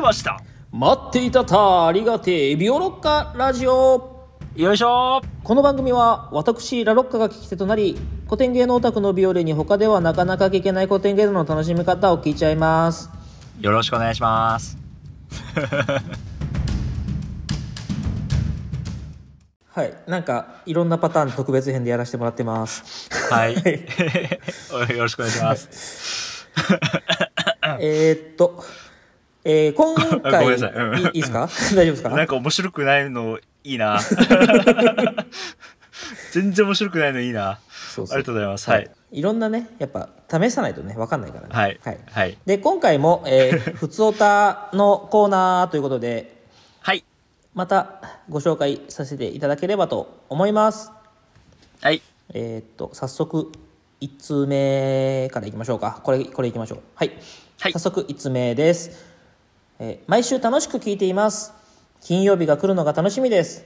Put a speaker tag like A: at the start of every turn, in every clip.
A: ました
B: 待っていたたありがてえエビオロッカラジオ
A: よいしょ
B: この番組は私ラロッカが聞き手となり古典芸能オタクのビオレに他ではなかなか聞けない古典芸能の楽しみ方を聞いちゃいます
A: よろしくお願いします
B: はいなんかいろんなパターン特別編でやらせてもらってます
A: はい よろしくお願いします
B: えーっとえー、今回
A: ごめんなさいうん
B: いいいですか 大丈夫ですか
A: なんか面白くないのいい な全然面白くないのいいな
B: そうそう
A: ありがとうございますはい
B: いろんなねやっぱ試さないとね分かんないからね
A: はい
B: はい
A: はい
B: で今回も、え ー、ふつおたのコーナーということで
A: はい
B: またご紹介させていただければと思います
A: はい
B: えーっと早速1通目からいきましょうかこれこれいきましょうはい、
A: はい
B: 早速1通目です、えー毎週楽しく聞いています金曜日が来るのが楽しみです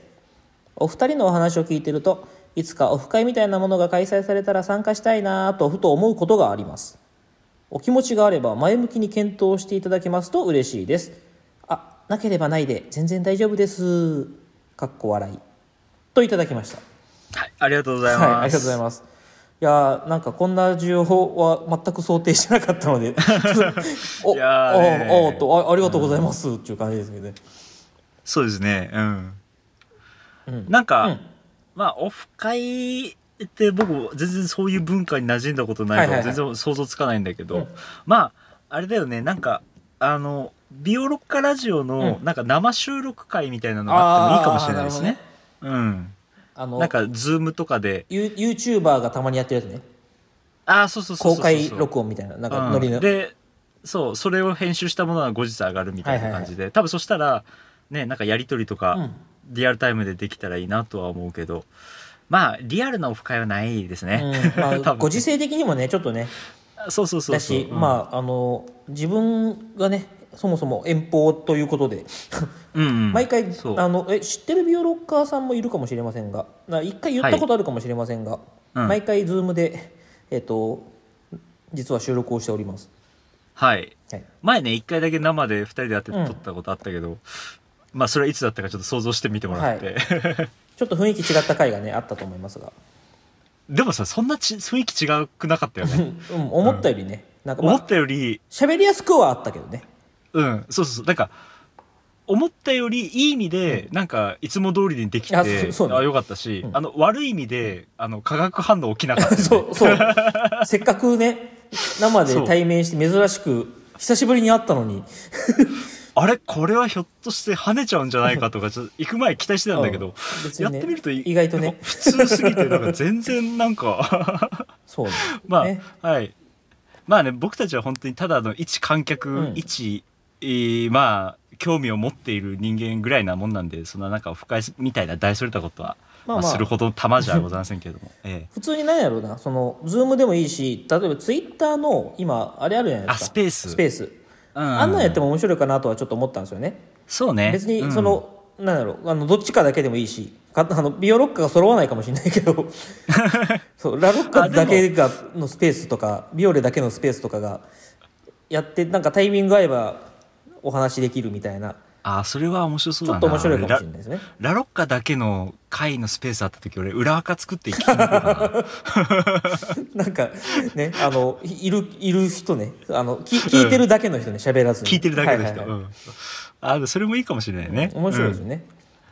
B: お二人のお話を聞いてるといつかオフ会みたいなものが開催されたら参加したいなぁとふと思うことがありますお気持ちがあれば前向きに検討していただけますと嬉しいですあなければないで全然大丈夫ですかっこ笑いといただきました
A: はいありがとうございます、
B: はい、ありがとうございます。いやーなんかこんな需要は全く想定してなかったの でお
A: いやーねー
B: おおーとあありがとうございますっていう感じですけどね、
A: そうですねうん、
B: うん
A: なんか、
B: うん
A: まあオフ会って僕も全然そういう文化に馴染んだことないか
B: は
A: ら
B: いはい
A: 全
B: はい
A: 然想像つかないんだけど、
B: うん
A: まああれだよねなんかあのビオロッカラジオの
B: う
A: なんか生収録会みたいなのがあってもいいかもしれないですね。うん、
B: あの
A: なんかズームとかで、
B: ユユーチューバーがたまにやってるやつね
A: ああそうそうそう
B: 公
A: そう
B: 開録音みたいななんかノリの、
A: うん でそうそれを編集したものは後日上がるみたいな感じで、多分そしたらねなんかやり取りとか、
B: うん
A: リアルタイムでできたらいいなとは思うけどまあリアルなオフ会はないですね、
B: うんま
A: 多
B: あ、
A: 分
B: ご時世的にもねちょっとね
A: そうそうそう
B: だ
A: そう
B: し
A: うん
B: まああの自分がねそもそも遠方ということで
A: うんうん
B: 毎回
A: そう
B: あのえ知ってるビオロッカーさんもいるかもしれませんがな一回言ったことあるかもしれませんが、
A: うん
B: 毎回ズームで、えっと実は収録をしております、
A: はい
B: はい、
A: 前ね一回だけ生で二人でやって
B: うん
A: 撮ったことあったけど、まあそれはいつだったかちょっと想像してみてもらって、
B: ちょっと雰囲気違った回がねあったと思いますが、
A: でもさそんなち雰囲気違くなかったよ
B: う
A: ね
B: ん、うん思ったよりね、なんかま
A: 思っ
B: あ
A: たより
B: 喋りやすくはあったけど ね
A: うんそうそうそうなんか思ったよりいい意味で、なんかいつも通りにできて
B: あそうそうね
A: あよかったし、あの悪い意味であの化学反応起きなかったよね、
B: そうそうせっかくね生で対面して珍しく久しぶりに会ったのに
A: あれこれはひょっとして跳ねちゃうんじゃないかとか、ちょっと行く前期待してたんだけ
B: うん
A: ど、
B: 別
A: や
B: に
A: っ
B: ね
A: てみるとい
B: 意外とね
A: なんか普通すぎて、なんか全然なんか、
B: そうね
A: まあ、
B: ね
A: はい。まあね、僕たちは本当にただの一観客、
B: うん
A: 一、えーまあ、興味を持っている人間ぐらいなもんなんで、そんななんか深いみたいな大それたことは、ま
B: まあ
A: あ
B: まあ
A: するほどの玉じゃございませんけれども。 ええ
B: 普通に何やろうなそのズームでもいいし例えばツイッターの今あれあるじゃないですか
A: あスペース
B: スペース、
A: うん、
B: あんなんやって
A: も。
B: も面白いかなとはちょっと思ったんですよね
A: そうね。
B: 別にそ
A: うん
B: の、なんだろうあのどっちかだけでもいいしか あのビオロッカが揃わないかもしれないけど そうラロッカだけがのスペースとかビオレだけのスペースとかがやってなんかタイミング合えばお話できるみたいな
A: あ、それは面白そう
B: ちょ
A: だ
B: っ
A: な。
B: と面白いかもしれないですね
A: ラロッカだけの会のスペースあった時俺裏垢作って聞きに行こうかな
B: なんかねあのいいるいる人ねあのき聞いてるだけの人ね喋らずに
A: 聞いてるだけの
B: はい
A: 人、
B: はい
A: あ
B: はい
A: うん、あそれもいいかもしれないね
B: 面白いです
A: うん
B: ね、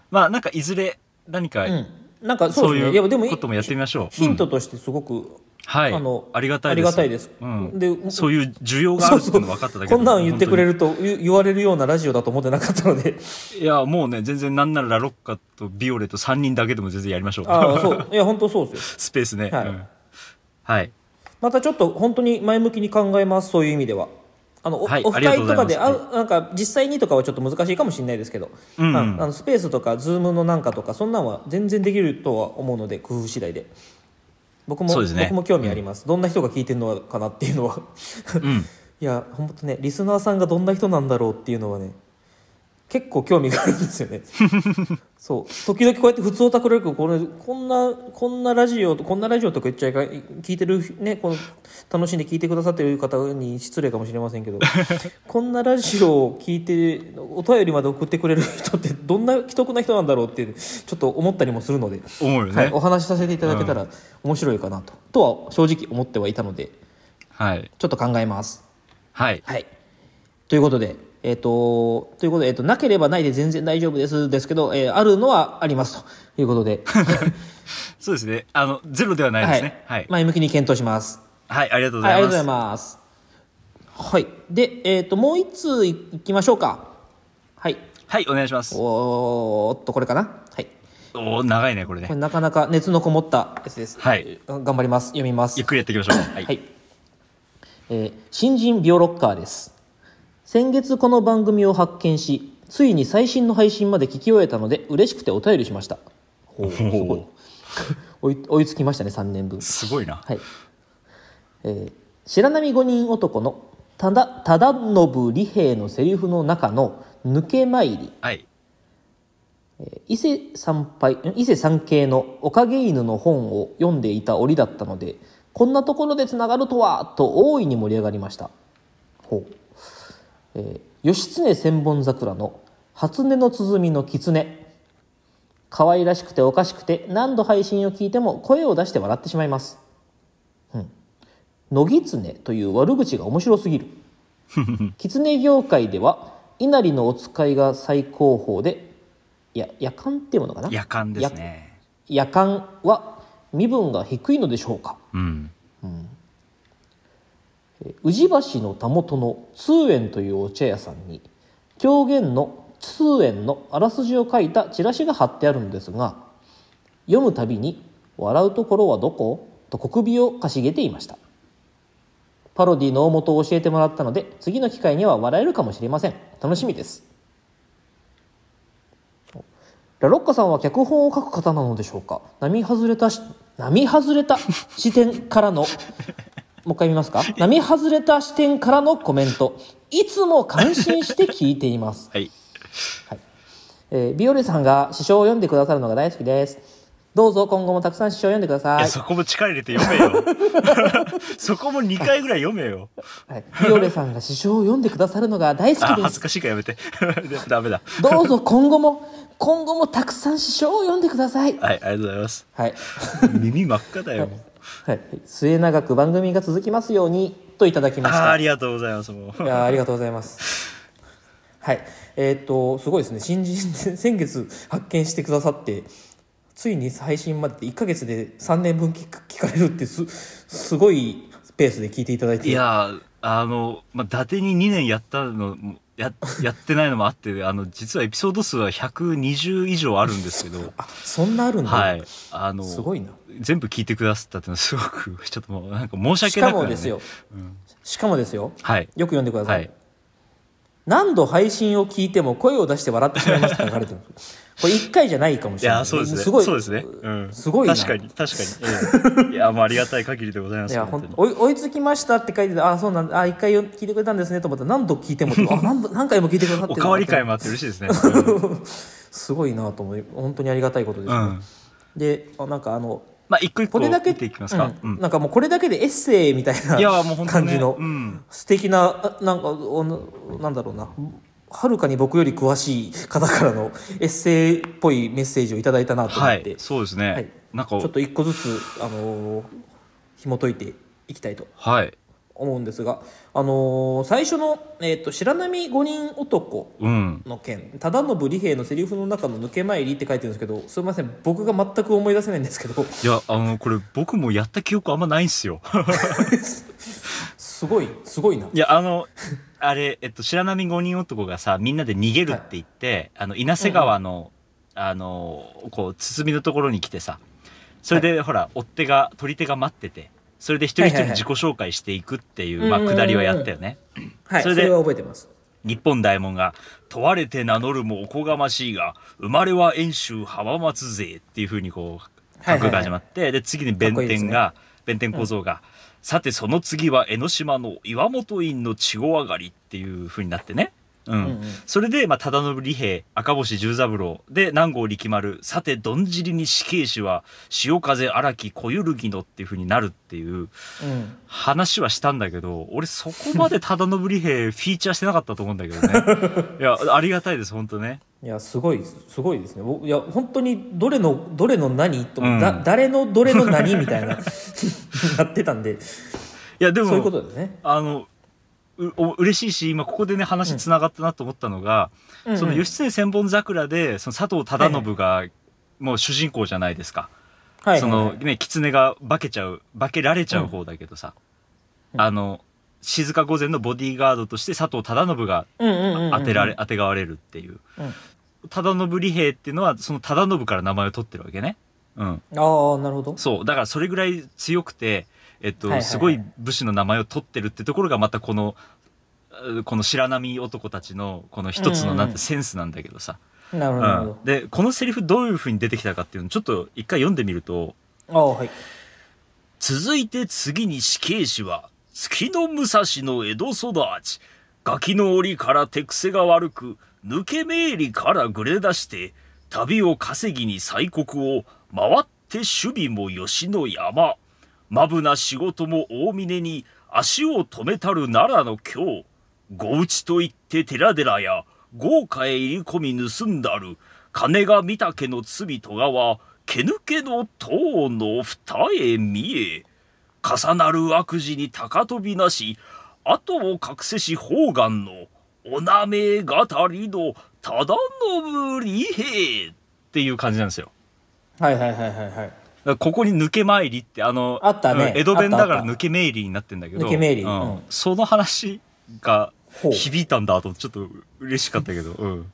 A: まあなんかいずれ何か
B: うんなんかそ
A: そうう
B: ですね
A: い
B: いやで
A: う
B: も
A: こともやってみましょう
B: ヒン
A: うん
B: トとしてすごく
A: はい
B: あの
A: ありがたいです
B: ありがたいです
A: うん、
B: で
A: そういう需要があるっていうの分かっただけで
B: こんなん言ってくれ
A: る
B: ると言言われるようなラジオだと思ってなかったので
A: いやもうね全然なんならラロッカとビオレと3人だけでも全然やりましょう
B: ああそういや本当そうですよ
A: スペースね
B: はい
A: うんはい
B: またちょっと本当に前向きに考えますそういう意味ではあのお
A: はい
B: オフ会とかで
A: あり
B: 会
A: がと
B: うなんか実際にとかはちょっと難しいかもしれないですけど、
A: うん
B: まああのスペースとかズームのなんかとかそんなんは全然できるとは思うので工夫次第で僕も
A: そうですね
B: 僕も興味あります、どんな人が聞いてるのかなっていうのは
A: うん
B: いや本当ねリスナーさんがどんな人なんだろうっていうのはね結構興味があるんです よねそう時々こうやって普通オタクラジオこれこんなこんなラジオとこんなラジオとか言っちゃいかん聞いてるねこの楽しんで聞いてくださってる方に失礼かもしれま せんけどこんなラジオを聞いてお便りまで送ってくれる人ってどんな既得な人なんだろうってちょっと思ったりもするので、
A: 思うよ
B: はい、
A: ね
B: お。話しさせていただけたら面白いかなと、とは正直思ってはいたので
A: はい。
B: ちょっと考えます。
A: はい。
B: はい。ということで、えっ、と、ということで、えっ、と、なければないで全然大丈夫ですですけど、えーあるのはありますということ で、
A: そうですね。あの、ゼロではないですね。はい。
B: 前向きに検討します。
A: はい、ありがとうご
B: はい、
A: ざ
B: あり
A: い
B: がとう
A: ま
B: ござい
A: す。
B: ます。はい。で、えっ、と、もう一通いいきましょうか。はい。
A: はい、お願いします。
B: おーっと、これかな。はい。
A: おお長いね、これ
B: これ
A: ね。
B: なかなか熱のこもったやつです。
A: はい。
B: 頑張ります。読みます
A: ゆっ。くりやっていきましょう。は
B: はい、
A: い。
B: えー新人ビオロッカーです先月この番組を発見しついに最新の配信まで聞き終えたので嬉しくてお便りしました
A: お
B: すごい
A: お
B: 追い追いつきましたね3年分
A: すごいな。
B: はいえー白波五人男のただ忠信利平のセリフの中の「抜け参り
A: はい。」
B: えー伊勢参拝ん伊勢参詣の「おかげ犬」の本を読んでいた折だったのでこんなところでつながるとはと大いに盛り上がりましたほう、えー義経千本桜の初音の鼓の狐可愛らしくておかしくて何度配信を聞いても声を出して笑ってしまいます、うん、野狐という悪口が面白すぎる狐業界では稲荷のお使いが最高峰でいや夜間っていうものかな
A: 夜間ですね。
B: 夜間は身分が低いのでしょうか
A: うん。
B: 宇治橋のたもとの通園というお茶屋さんに狂言の通園のあらすじを書いたチラシが貼ってあるのですが読むたびに「笑うところはどこ?」と小首をかしげていましたパロディの大元を教えてもらったので次の機会には笑えるかもしれません楽しみですラロッカさんは脚本を書く方なのでしょうか並外れたし並外 れた視点からのもう一回見ますか並外れた視点からのコメントいつも感心して聞いてい ます
A: はい。
B: えービオレさんが詩書を読んでくださるのが大好きです。どうぞ今後もたくさん詩書を読んでくだ
A: い
B: さ
A: や、
B: い。
A: そこも力入れて読めよ。 そこも2回ぐらい読めよ。
B: はい、ビオレさんが詩書を読んでくださるのが大好
A: あ、
B: きで
A: 恥ず
B: す。
A: かしいからやめて。ダメだ。
B: どうぞ今後も、今後もたくさん詩書を読んでください。はい。
A: はい、ありがとうございます。
B: はい。
A: 耳真っ赤だよ。
B: はい、末永く番組が続きますように、といただきまし
A: あー
B: た。
A: あ
B: い
A: りがとうございます。もう。
B: やーありがとうございます。はい。えーっと、すごいですね。新人、 先月発見してくださって、ついに配信まで1ヶ月で3年分聞く聞かれるってす、すごいペースで聞いていただいて。
A: いやーあの、まあ、伊達に2年やったのも、や、やってないのもあって、あの、実はエピソード数は120以上あるんですけど、
B: あそんなあるんだ、
A: はい。あの、
B: すごいな
A: 全部聞いてくださったっていうのはすごく、ちょっともう、なんか申し
B: し
A: 訳な
B: か
A: くな
B: も
A: る、ね。
B: ですよ、しかもですよ
A: はい。
B: よく読んでくださ、
A: はいい。
B: 何度配信を聞いても声を出して笑ってしまいましたと書かれてるこれ1回じゃないかもし
A: い
B: れない
A: や、そうですね。
B: すごい
A: そうですね。うん。
B: すごいな
A: 確かに、確か に。ええいや、もうありがたい限りでございま
B: い
A: す。
B: や
A: 本
B: 本
A: 当に
B: 当追い追いつきましたって書いててあそうなんだあ1回聞いてくれたんですねと思ったら何度聞い てもあ何度何回も聞いてくださって
A: お
B: る
A: かわり会もあって嬉しいですね。うん
B: すごいなと思い本当にありがたいことです、ね
A: うん
B: であなんかあの
A: まあ、一個一個
B: これだけ
A: 見ていきますか。
B: う
A: うんん
B: なんかもうこれだけでエッセイみたいない
A: やもう本当
B: 感
A: にね
B: じの
A: うん
B: 素敵なあなんかおななんだろうなはるかに僕より詳しい方からのエッセイっぽいメッセージをいただいたなと思
A: は
B: って、
A: い。そうですね。
B: はい
A: なん
B: ち
A: か
B: ょっ、と一個ずつあのー紐解いていきたいと
A: はい。
B: 思うんですが、あのー最初の、えーと「白波五人男」
A: うん。
B: の件忠信利平のセリフの中の「抜け参り」って書いてるんですけどすみません僕が全く思い出せないんですけど
A: いや、あの、これ僕もやった記憶あんまないんすよ。
B: すごいすごいない
A: や、あの、 あれ、えっと、白波五人男がさ、みんなで逃げるって言って、あの、稲瀬川の、あの、こう、堤のところに来てさ、それで、ほら、追っ手が、取り手が待ってて、それで一人一
B: はい
A: 人
B: はいはい
A: 自己紹介していくっていう、
B: うんうんうん
A: まあ、下りはやったよね。
B: はい
A: そ
B: そ
A: れ
B: れ
A: で
B: は覚えてます
A: 日本大門が、問われて名乗るもおこがましいが、生まれは遠州浜松勢っていうふうにこう、
B: はいはいはい
A: 韓国が始まって、で、次に弁天が、弁天小僧が、さてその次は江ノ島の岩本院の稚児上がりっていうふうになってね。うん
B: うんうん
A: それで、まあ、忠信利平赤星十三郎で南郷力丸さてどんじりに死刑囚は潮風荒木小ゆるぎのっていうふうになるっていう
B: うん
A: 話はしたんだけど俺そこまで忠信利 平フィーチャーしてなかったと思うんだけどねいやありがたいです本当ね
B: いやすごいすごいですね僕いや本当にどれのどれの何と、
A: うん
B: だ誰のどれの何みたいな なってたんで
A: いやでも
B: そういうことですね
A: あのうお嬉しいし今ここでね話つながったなと思ったのが、
B: うんうん
A: その義経千本桜でその佐藤忠信がもう主人公じゃないですか、
B: はい
A: そ
B: はい
A: の
B: はい
A: ね狐が化けちゃう化けられちゃう方だけどさ、
B: うん
A: あの静か御前のボディーガードとして佐藤忠信が
B: うんうんうんうん
A: 当てられ、当てがわれるっていう
B: うん
A: 忠信利平っていうのはその忠信から名前を取ってるわけね。うん、
B: ああなるほど
A: そうだからそれぐらい強くて、えっと
B: はいはいはい
A: すごい武士の名前を取ってるってところがまたこのうこの白波男たちのこの一つ
B: うんうん
A: の
B: うん
A: なんてセンスなんだけどさ、
B: なる
A: う
B: ほ
A: ん
B: どなるほど、
A: でこのセリフどういうふうに出てきたかっていうのちょっと一回読んでみると
B: ああはい
A: 「続いて次に死刑士は月の武蔵の江戸育ちガキの折から手癖が悪く抜け目入りからぐれ出して旅を稼ぎに西国を回って守備も吉野山」まぶな仕事も大峰に足を止めたる奈良の京ごうちといって寺々や豪華へ入り込み盗んだる金が見たけの罪とがは毛抜けの塔の二重見え重なる悪事に高飛びなし後を隠せし方眼のおなめ語りの忠信利平っていう感じなんですよ。
B: はいはいはいはいはい
A: だからここに抜け参りってあの
B: あったね
A: うん江戸弁だか
B: あったあ
A: ら
B: った
A: 抜け参りになってんだけど
B: 抜け参り
A: う
B: うん
A: ん、その話が
B: ほう
A: 響いたんだとちょっと嬉しかったけど、うん、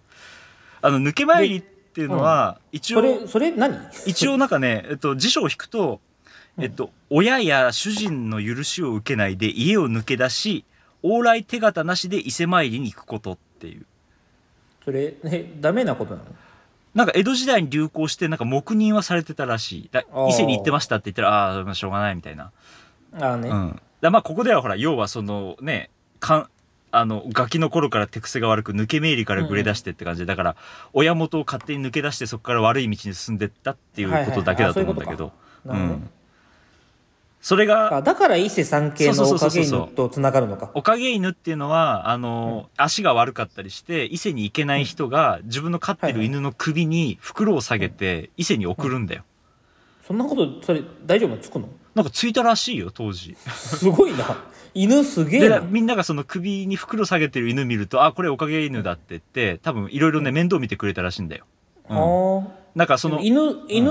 A: あの抜け参りっていうのは一
B: そ
A: 応、
B: れそれ何
A: 一応なんかね、えっと、辞書を引くと、えっと、親や主人の許しを受けないで家を抜け出し往来手形なしで伊勢参りに行くことっていう
B: それえダメなことなの
A: なんか江戸時代に流行してなんか黙認はされてたらしいだ
B: あー
A: 伊勢に行ってましたって言ったらああーしょうがないみたいな
B: ああね、
A: うん、だからまあここではほら要はそのねかんあのガキの頃から手癖が悪く抜け目入りからぐれ出してって感じで、だから親元を勝手に抜け出してそこから悪い道に進んでったっていうことだけだと思うんだけど
B: はいはいはいあそういうことかなるほど
A: うんそれが
B: あだから伊勢三景の
A: そ
B: お
A: うそ
B: か
A: うそう
B: げ
A: そうそう
B: とつながるのか
A: おかげ犬っていうのはあの、足が悪かったりして伊勢に行けない人が自分の飼ってる犬の首に袋を下げて伊勢に送るんだよ、
B: そんなことそれ大丈夫つくの
A: なんかついたらしいよ当時
B: すごいな犬すげえ
A: で
B: な
A: みんながその首に袋下げてる犬見るとあこれおかげ犬だって言って多分いろいろね面倒見てくれたらしいんだよ、
B: あ
A: うん
B: ー
A: なんかその
B: 犬犬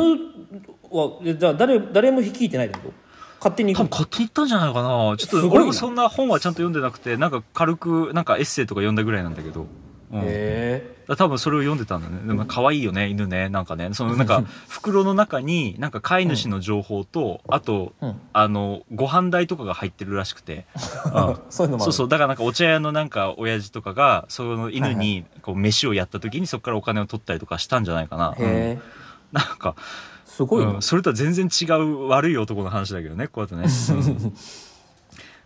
B: はえじゃあ誰誰も率いてないってこと勝手に
A: 多
B: 行
A: 分
B: く
A: 勝手に行ったんじゃないかなちょっ
B: す
A: と
B: ごいな
A: 俺もそんな本はちゃんと読んでなくてなんか軽くなんかエッセイとか読んだぐらいなんだけど、うん、
B: へ
A: だ多分それを読んでたんだね。でも可愛いよね、犬ね。なんかね、そのなんか袋の中になんか飼い主の情報と、あと、
B: うん
A: あの、ご飯代とかが入ってるらしく て。うん
B: え そういうのも
A: そ
B: ある
A: うそう、だからなんかお茶屋のなんか親父とかが、その犬にこう飯をやった時にそこからお金を取ったりとかしたんじゃないかな。うん
B: へえ
A: なんか、
B: すごいな、
A: うん、それとは全然違う悪い男の話だけどねこうや ってね。うん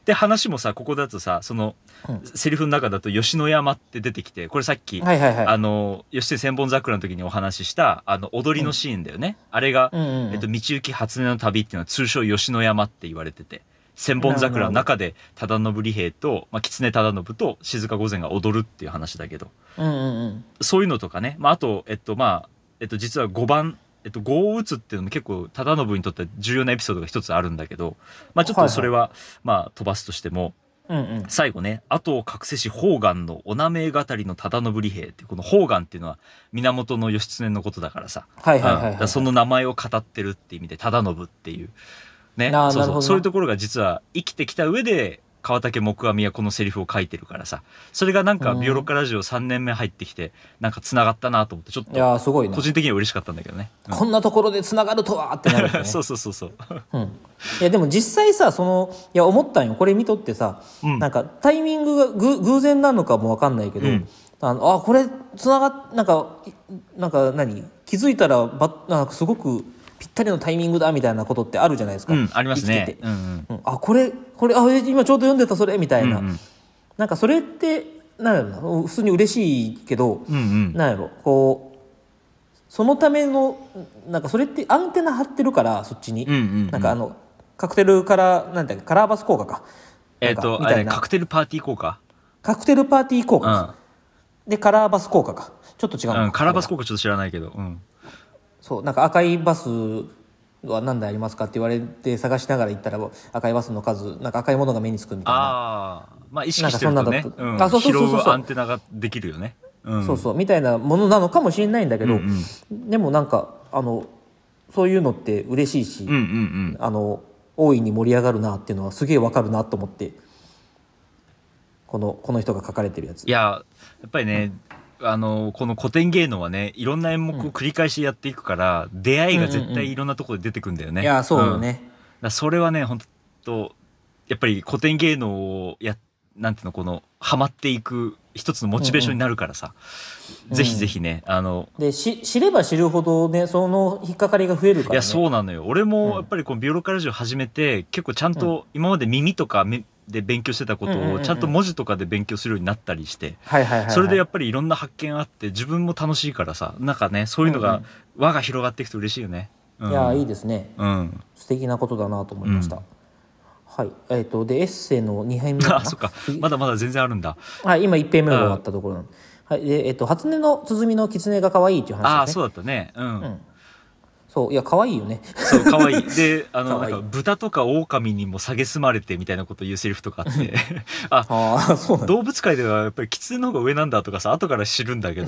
A: で話もさここだとさその、
B: うん
A: セリフの中だと吉野山って出てきてこれさっき、
B: はいはいはい
A: あの吉手千本桜の時にお話ししたあの踊りのシーンだよね、あれが、
B: うんうんうん
A: えっと「道行き初音の旅」っていうのは通称吉野山って言われてて千本桜の中で忠信利平と、まあ、狐忠信と静御前が踊るっていう話だけど
B: うんうんうん
A: そういうのとかね、まあ、あと、えっと、まあ、えっと、実は5番、えっと、5を打つっていうのも結構、忠信にとって重要なエピソードが一つあるんだけど、まあ、ちょっ
B: はい
A: と
B: はい
A: それは、まあ、飛ばすとしても、
B: うんうん
A: 最後ね、後を隠せし方眼のおなめ語りの忠信利平っていう、この方眼っていうのは源義経のことだからさ、
B: はいはいはいはい
A: うんだからその名前を語ってるって意味で、忠信っていう。ね、
B: あー
A: そ
B: な
A: うそ
B: るほど
A: うそういうところが実は生きてきた上で川竹木阿弥はこのセリフを書いてるからさそれがなんか
B: う
A: 「
B: ん
A: ビオロッカラジオ」3年目入ってきてなんかつながったなと思ってちょっ
B: い
A: と
B: やーすごいな
A: 個人的には嬉しかったんだけどね、うん
B: こんなところでつながるとはってなるよね
A: そうそうそうそう
B: うん、いやでも実際さそのいや思ったんよこれ見とってさ、
A: うん
B: なんかタイミングがぐ偶然なのかもわかんないけど、
A: うん
B: あのあこれつながっなんかいなんか何気づいたらばなんかすごくぴったりのタイミングだみたいなことってあるじゃないですか、
A: うんあります
B: 生
A: ね
B: きてて
A: うんうん
B: うんあこれこれあえ今ちょうど読んでたそれみたいな、
A: うんうん
B: なんかそれってなんやろな普通に嬉しいけど、
A: うんうん
B: なんやろこうそのためのなんかそれってアンテナ張ってるからそっちに、
A: うんうんうん
B: なんかあのカクテルからなんだっけカラーバス効果か
A: えっ、
B: なん
A: と
B: か
A: あ
B: みた
A: れ
B: いな
A: カクテルパーティー効果
B: カクテルパーティー効
A: う
B: 果
A: ん
B: か、、でカラーバス効果かちょっと違うのか
A: うん、カラーバス効果ちょっと知らないけどうん
B: そうなんか赤いバスは何台ありますかって言われて探しながら行ったら赤いバスの数なんか赤いものが目につくみたいな
A: ああまあ意識してると
B: なん
A: ね
B: かそん
A: う
B: なんだとあそうそう
A: 拾
B: そうそう
A: うアンテナができるよねうん
B: そうそうみたいなものなのかもしれないんだけど、
A: うん
B: でもなんかあのそういうのって嬉しいし、
A: うんうんうん
B: あの大いに盛り上がるなっていうのはすげえわかるなと思ってこのこの人が書かれてるやつ
A: いややっぱりね、あのこの古典芸能はねいろんな演目を繰り返しやっていくから、出会いが絶対いろんなところで出てくんだよね、
B: いやそうよ
A: んだか
B: ね、
A: らそれはね本当やっぱり古典芸能をやなんていうのこのハマっていく一つのモチベーションになるからさ、
B: ん
A: ぜひぜひねあの
B: でし知れば知るほどねその引っかかりが増えるから、ね、
A: いやそうなのよ俺もやっぱりこのビオロカラジオ始めて、結構ちゃんと今まで耳とか目で勉強してたこ
B: うんうんうん
A: と
B: う
A: を
B: ん
A: ちゃんと文字とかで勉強するようになったりして、
B: はいはいはいはい、
A: それでやっぱりいろんな発見あって自分も楽しいからさなんかねそういうの
B: う
A: が
B: ん
A: 輪が広がっていくと嬉しいよね。うん、
B: いやいいですね
A: うん、
B: 素敵なことだなと思いました、
A: うん
B: はいえっ、とでエッセイの2編目かな
A: あそっか
B: 次
A: まだまだ全然あるんだ。
B: はい、今1編目が終わったところなのはいでえっと初音の鼓の狐が可愛いっていう
A: あ
B: 話
A: あ
B: です
A: そう
B: ね
A: だったね。うん、
B: んそういや可愛いよね
A: そう可愛いで あの
B: 可愛い
A: なんか豚とか狼にも蔑まれてみたいなこと言うセリフと かあって あ
B: ああそうなんだ
A: 動物界ではやっぱり狐の方が上なんだとかさ後から知るんだけど。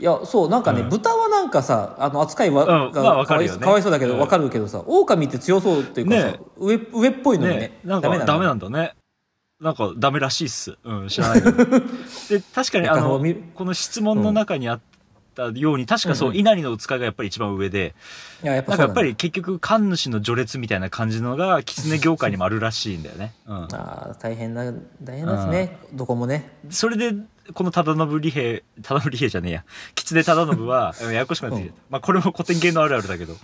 B: いやそうなんかね、豚はなんかさあの扱いは、
A: うん
B: が
A: まあわか
B: かわ
A: る
B: い
A: よ
B: そ
A: ね
B: かわいそうだけど
A: うん
B: わかるけどさ、狼って強そうっていうかさ、
A: ね
B: 上上っぽいのにね
A: ねなんか
B: の
A: ダメなんだねなんかダメらしいっすうん知らないけ どで確かにあ
B: なんか
A: の
B: み
A: この質問の中にあったように確かそう、稲荷の使いがやっぱり一番上で
B: いややっぱ
A: なん
B: そ
A: かやっ
B: うなんだ
A: ぱり結局神主の序列みたいな感じのが狐業界にもあるらしいんだよね、うん、
B: あー大変な大変なんですね、どこもね
A: それでこの忠信利平忠信利平じゃねえや狐忠信 はややこしくなってきて、まあこれも古典芸のあるあるだけど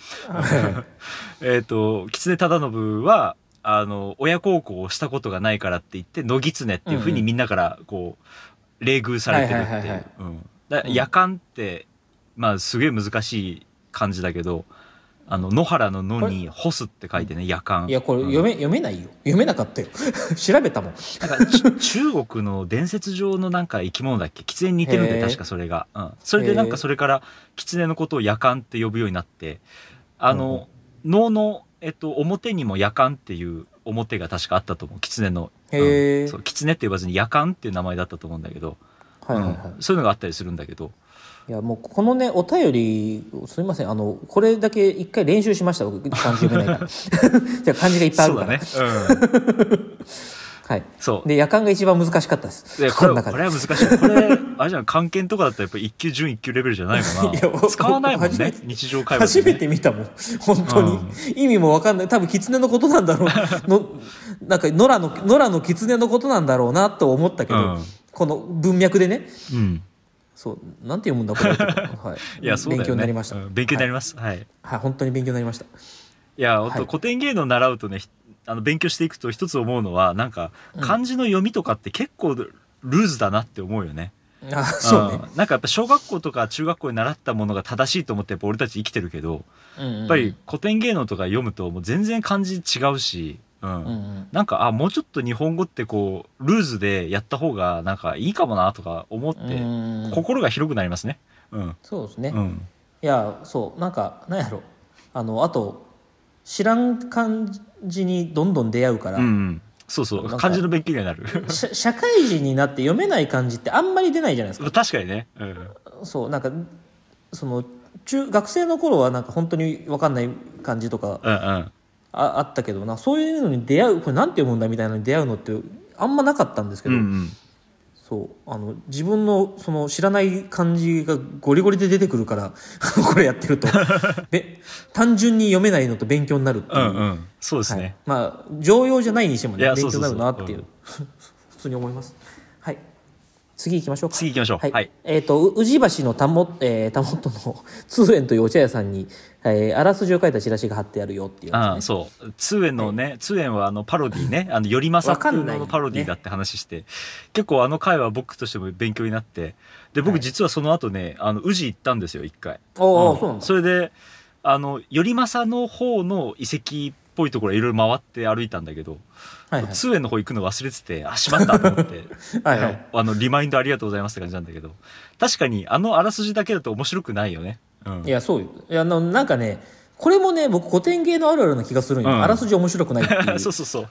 A: えっと狐忠信はあの親孝行をしたことがないからって言って野狐っていうふうにみんなからこう冷遇されてる
B: はい
A: っ
B: は
A: て
B: い
A: い
B: はいは
A: う
B: い
A: うんだから夜間ってまあすげえ難しい漢字だけどあの野原の野に「干す」って書いてね夜間
B: いやこれ読め,、読めないよ読めなかったよ 調べたもん
A: なんかち中国の伝説上のなんか生き物だっけ狐に似てるんだ
B: へ
A: よ
B: ー
A: 確かそれが、うん、それでなんかそれから狐のことを夜間って呼ぶようになってあの、能の、えっと、表にも夜間っていう表が確かあったと思う狐の、
B: へ
A: う
B: ー
A: ん、そう狐って呼ばずに夜間っていう名前だったと思うんだけど、
B: はいはいはい、
A: うんそういうのがあったりするんだけど
B: いやもうこのねお便りすみませんあのこれだけ一回練習しました僕漢字読めないから じゃあ漢字がいっぱい
A: そ
B: ある
A: う
B: か
A: だ
B: ら
A: ね、うん、
B: はい
A: そう
B: で夜間が一番難しかったです
A: いやこれ
B: の
A: は
B: 中
A: こ
B: で
A: れは難しいこれあれじゃん関係とかだったらやっぱ一級準一級レベルじゃないか
B: いや
A: な使わないもん
B: 初め
A: ね
B: て
A: 日常会話
B: 初
A: で、ね、
B: めて見 たもん本当に、意味も分かんない多分狐のことなんだ ろうのなんか野良の野良の狐のことなんだろうなと思ったけど、
A: うん
B: この文脈でね
A: うん
B: そうなんて読むんだこ れとか、はい、
A: いや、そうだよね。
B: 勉強になりました、
A: うん勉強になります。はい。い、
B: はい、本当に勉強になりました
A: や、本当、
B: はい
A: 古典芸能習うとね、ひあの勉強していくと一つ思うのは、なんか、漢字の読みとかって結構ルーズだなって思うよね。
B: あそうね、
A: んなんかやっぱ小学校とか中学校に習ったものが正しいと思ってやっぱ俺たち生きてるけど、
B: うんうん
A: やっぱり古典芸能とか読むともう全然漢字違うし、うん。
B: うんうん
A: なんか、あ、もうちょっと日本語ってこう、ルーズでやった方がなんかいいかもなとか思って、
B: うん
A: 心が広くなりますね。うん。
B: そうですね、
A: うん。
B: いやそうなんかなんやろあのあと知らん感じにどんどん出会うから、
A: うんうん。そうそう。
B: なんか
A: 漢字の勉強には なる。
B: 社社会人になって読めない漢字ってあんまり出ないじゃないですか
A: 確かにね、うん、
B: そうなんかその中学生の頃はなんか本当に分かんない感じとか
A: うんうん
B: ああったけどなそういうのに出会うこれなんて読むんだみたいなのに出会うのってあんまなかったんですけ
A: うん
B: ど、
A: うん
B: そうあの自分のその知らない漢字がゴリゴリで出てくるから これやってる とべ単純に読めないのと勉強になるっていう、
A: うんうんそうです
B: はい
A: ね、
B: まあ常用じゃないにしても
A: い
B: ね
A: や
B: 勉強にな
A: そ
B: る
A: うそうそう
B: なっていう普通に思いますはい次行きましょうか
A: 次行きましょう
B: はい、
A: はい
B: えっ、とう宇治橋のたも、えー、たもとの通園というお茶屋さんに、えーあらすじを書いたチラシが貼ってあるよっていうやつね
A: ああそう通園のね通園はあのパロディ ねあのよりまさ
B: わか
A: 風
B: んない
A: のパロディだって話して、結構あの回は僕としても勉強になってで
B: は
A: 僕
B: い
A: 実はその後ねあの宇治行ったんですよ一回
B: おー
A: ん
B: そうなんだ
A: それであの頼政の方の遺跡っぽいところいろいろ回って歩いたんだけど、
B: はいはい
A: 通園の方行くの忘れててあしまったと思って
B: はいはい
A: あのリマインドありがとうございますって感じなんだけど確かにあのあらすじだけだと面白くないよね、うん、
B: いやそうよいやななんかねこれもね僕古典芸のあるあるな気がするんよ、
A: うん
B: あらすじ面白くないって い
A: そう
B: う
A: そうそ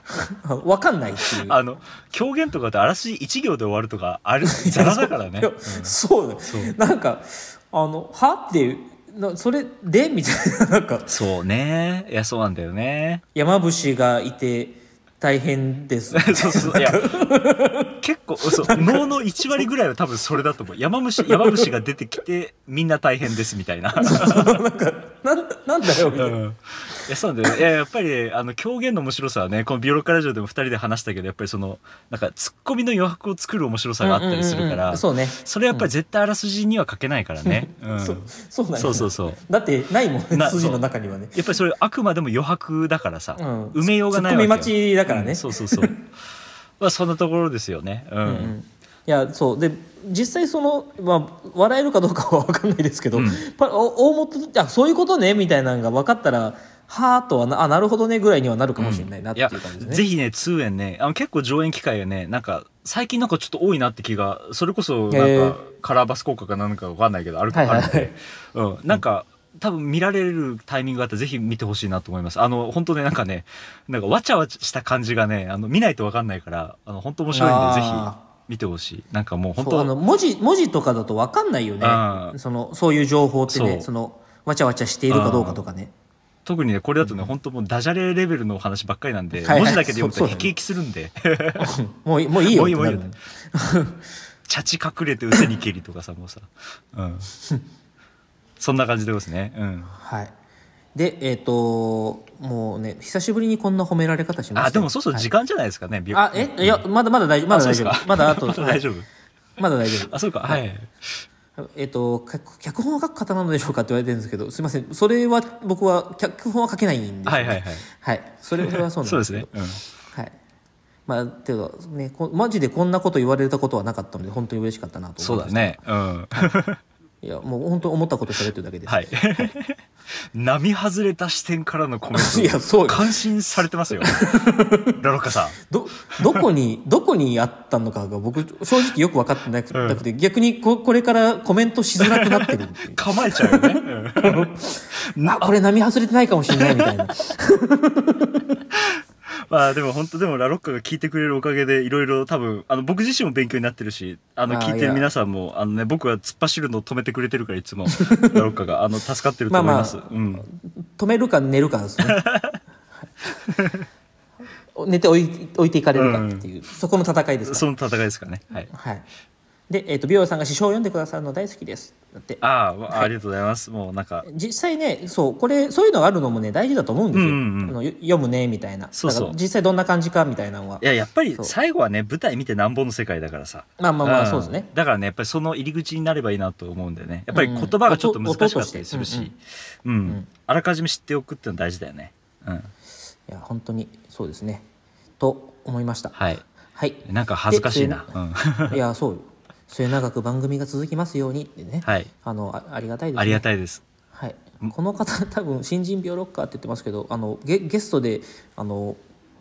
A: う
B: わかんないっていう
A: あの狂言とかってあらすじ1行で終わるとかあるざらだからね
B: いやそうだよなんかあのはっていうなそれでみたいななんか
A: そうねいやそうなんだよ ね
B: 山伏がいて大変 です
A: そうそういや結構そう能の1割ぐらいは多分それだと思う山虫山虫が出てきてみんな大変ですみたいな
B: なんなんだよみたいな、
A: いやそうなんだよねいややっぱりねあの狂言の面白さはねこの「ビオロッカラジオ」でも2人で話したけどやっぱりそのなんかツッコミの余白を作る面白さがあったりするか
B: うんうんうんう
A: ら
B: んそうね
A: それやっぱり絶対あらすじには書けないからね、うん、
B: そそうなんや
A: そうそうそう
B: だってないもんね
A: な
B: 筋の中にはね
A: やっぱりそれあくまでも余白だからさ、
B: うん
A: 埋めようがないわけよ
B: ツッコミ待ちだからね
A: うんそうそうそうまあそんなところですよねうん、
B: うんいやそうで実際その、まあ、笑えるかどうかは分かんないですけど、パお大元あそういうことねみたいなのが分かったらはあとはなあなるほどねぐらいにはなるかもしれないなっていう感じですね。
A: ぜひね通園ねあの結構上演機会がねなんか最近なんかちょっと多いなって気がそれこそなんか、
B: へー
A: カラーバス効果かなんかわかんないけどある
B: はいはい
A: あるんで、うん、なんか多分見られるタイミングがあったらぜひ見てほしいなと思いますあの本当ねなんかねなんかわちゃわちゃした感じがねあの見ないとわかんないからあの本当面白いんでぜひ
B: あ
A: 見てほしいなんかもう本
B: そうあの
A: 当
B: 文字文字とかだと分かんないよ
A: う
B: ね
A: ん
B: そのそういう情報ってね
A: そう
B: そのわちゃわちゃしているかどうかとかね
A: 特にねこれだとね、本当もうダジャレレベルのお話ばっかりなんで、
B: はいはい
A: 文字だけで読む
B: そ
A: と
B: うそう
A: 辟
B: だね
A: 易するんで
B: もういもういいよ
A: もういい
B: ってなる
A: もういいよ茶地隠れてうせにけりとかさもうさ、 うん、そんな感じでございますねうん
B: はいでえっ、ともうね久しぶりにこんな褒められ方しました
A: あでもそうそう
B: はい
A: 時間じゃないですかね、び
B: あえいやまだまだ大丈夫まだ
A: そうです
B: 大丈
A: か
B: 夫まだあと
A: まだ大丈夫、
B: 夫まだ大丈
A: あそうかはい
B: 夫えっ、とか脚本を書く方なのでしょうかって言われてるんですけどすいませんそれは僕は脚本は書けないんですよね
A: はいはいはい
B: はいそれそれはそうなん
A: そうですす
B: でけど
A: ね、うん、
B: はい。まあ、ていうか、ね、こマジでこんなこと言われたことはなかったので、本当に嬉しかったなと
A: そ
B: 思
A: うだ
B: います。
A: ねうん
B: いや、もう本当に思ったこと喋ってるだけです。
A: はい 並外れた視点からのコメント
B: いやそうよ
A: 感心されてますよラロッカさん
B: ど、どこに、どこにあったのかが僕、正直よく分かってなくなくて、逆にここれからコメントしづらくなってる っていう
A: 構えちゃうよ ね、うん
B: あ、これ波外れてないかもしれないみたいな。
A: まあでも本当でもラロッカが聞いてくれるおかげでいろいろ多分あの僕自身も勉強になってるしあの
B: あー
A: 聞いてる皆さんもあのね僕は突っ走るのを止めてくれてるからい つもラロッカがあの助かってると思います、
B: まあ
A: うん
B: 止めるか寝るか ですね。はい寝て置い置いていかれるかっていう、そこの戦いですから
A: その戦いですかねはい
B: はい。で、えっ、と、美容さんが師匠を読んでくださるの大好きです。だって。
A: あーあありがとうございますもうなんか
B: 実際ね、そう、これ、そういうのがあるのもね、大事だと思うんです
A: う
B: よ。
A: んうんうん
B: あのよ読むね、みたいな。
A: そうそう
B: だから実際どんな感じか、みたいなのは。
A: いややっぱり
B: そう
A: 最後はね舞台見てなんぼの世界だからさ
B: まあまあまあ
A: ん
B: そうですね
A: だからねやっぱりその入り口になればいいなと思うんだよねやっぱり
B: うん
A: 言
B: うん
A: 葉がちょっと
B: 音
A: 難しかったりする
B: 音
A: し
B: とし
A: うん、あらかじめ知っておくってのは大事だよねうん
B: いや、本当に、そうですね。と思いました。
A: はい
B: はい。
A: なんか恥ずかしいな
B: で
A: うん
B: いや、そうよ。末永く番組が続きますようにってね。
A: はい
B: あの、あありがたいです、ね。
A: ありがたいです
B: はい、この方 多分新人病ロッカーって言ってますけどあのゲゲストであの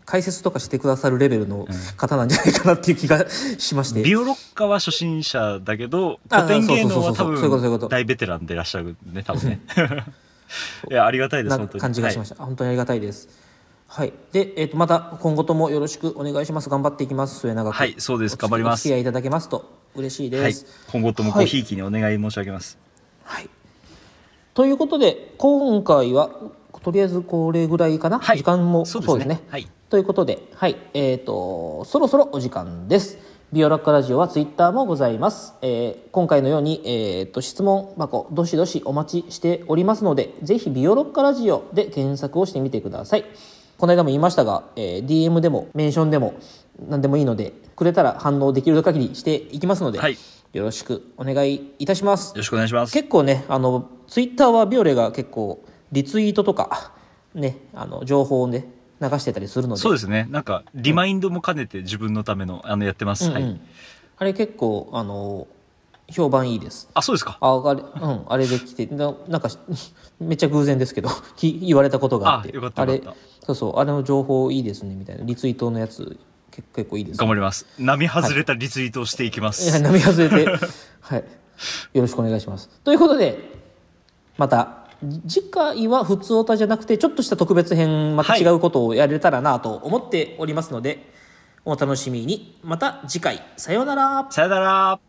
B: 解説とかしてくださるレベルの方なんじゃないかなっていう気が しまして、
A: ビオロッカは初心者だけど
B: あ
A: 古典芸能
B: そ
A: は
B: うそ
A: 多
B: うそうそうそういうことそういうこ
A: 分
B: と
A: 大ベテランでいらっしゃるね多分ね いやありがたいです
B: な
A: 本当に
B: 感じがしま
A: し
B: した、本当にありがたいですはいで、えー、とまた今後ともよろしくお願いします頑張っていきます末永く
A: はいそうです
B: お付
A: 頑張ります
B: お付き合いいただけますと嬉しい
A: は
B: で
A: い
B: す、
A: 今後ともごひいきにお願い申し上げます
B: はいということで今回はとりあえずこれぐらいかな、
A: はい
B: 時間も
A: そうですねはい
B: ということで、はいえー、とそろそろお時間です。ビオラッカラジオはツイッターもございます。えー今回のように、えー、と質問箱どしどしお待ちしておりますのでぜひビオロッカラジオで検索をしてみてください。この間も言いましたが、えー DM でもメンションでも何でもいいのでくれたら反応できる限りしていきますので、
A: はい
B: よろしくお願いいたします
A: よろしくお願いします。
B: 結構ねあのツイッターはビオレが結構リツイートとかねあの情報をね流してたりするので
A: そうですね。なんか、リマインドも兼ねて自分のための、あの、やってます。は
B: う
A: い。
B: んあれ結構あの評判いいです
A: あ、そうですか。
B: ああれ,、うん、あれできてななんかめっちゃ偶然ですけど き言われたことがあって
A: あよかった
B: あれ
A: よかっ
B: そうそうあれの情報いいですねみたいなリツイートのやつ結結構いいです
A: 頑張ります。波外れたリツイートをしていきま
B: いや
A: す。
B: 波外れて はいよろしくお願いしますということでまた次回は普通オタじゃなくてちょっとした特別編また
A: はい
B: 違うことをやれたらなと思っておりますので、お楽しみにまた次回さようなら
A: さよなら。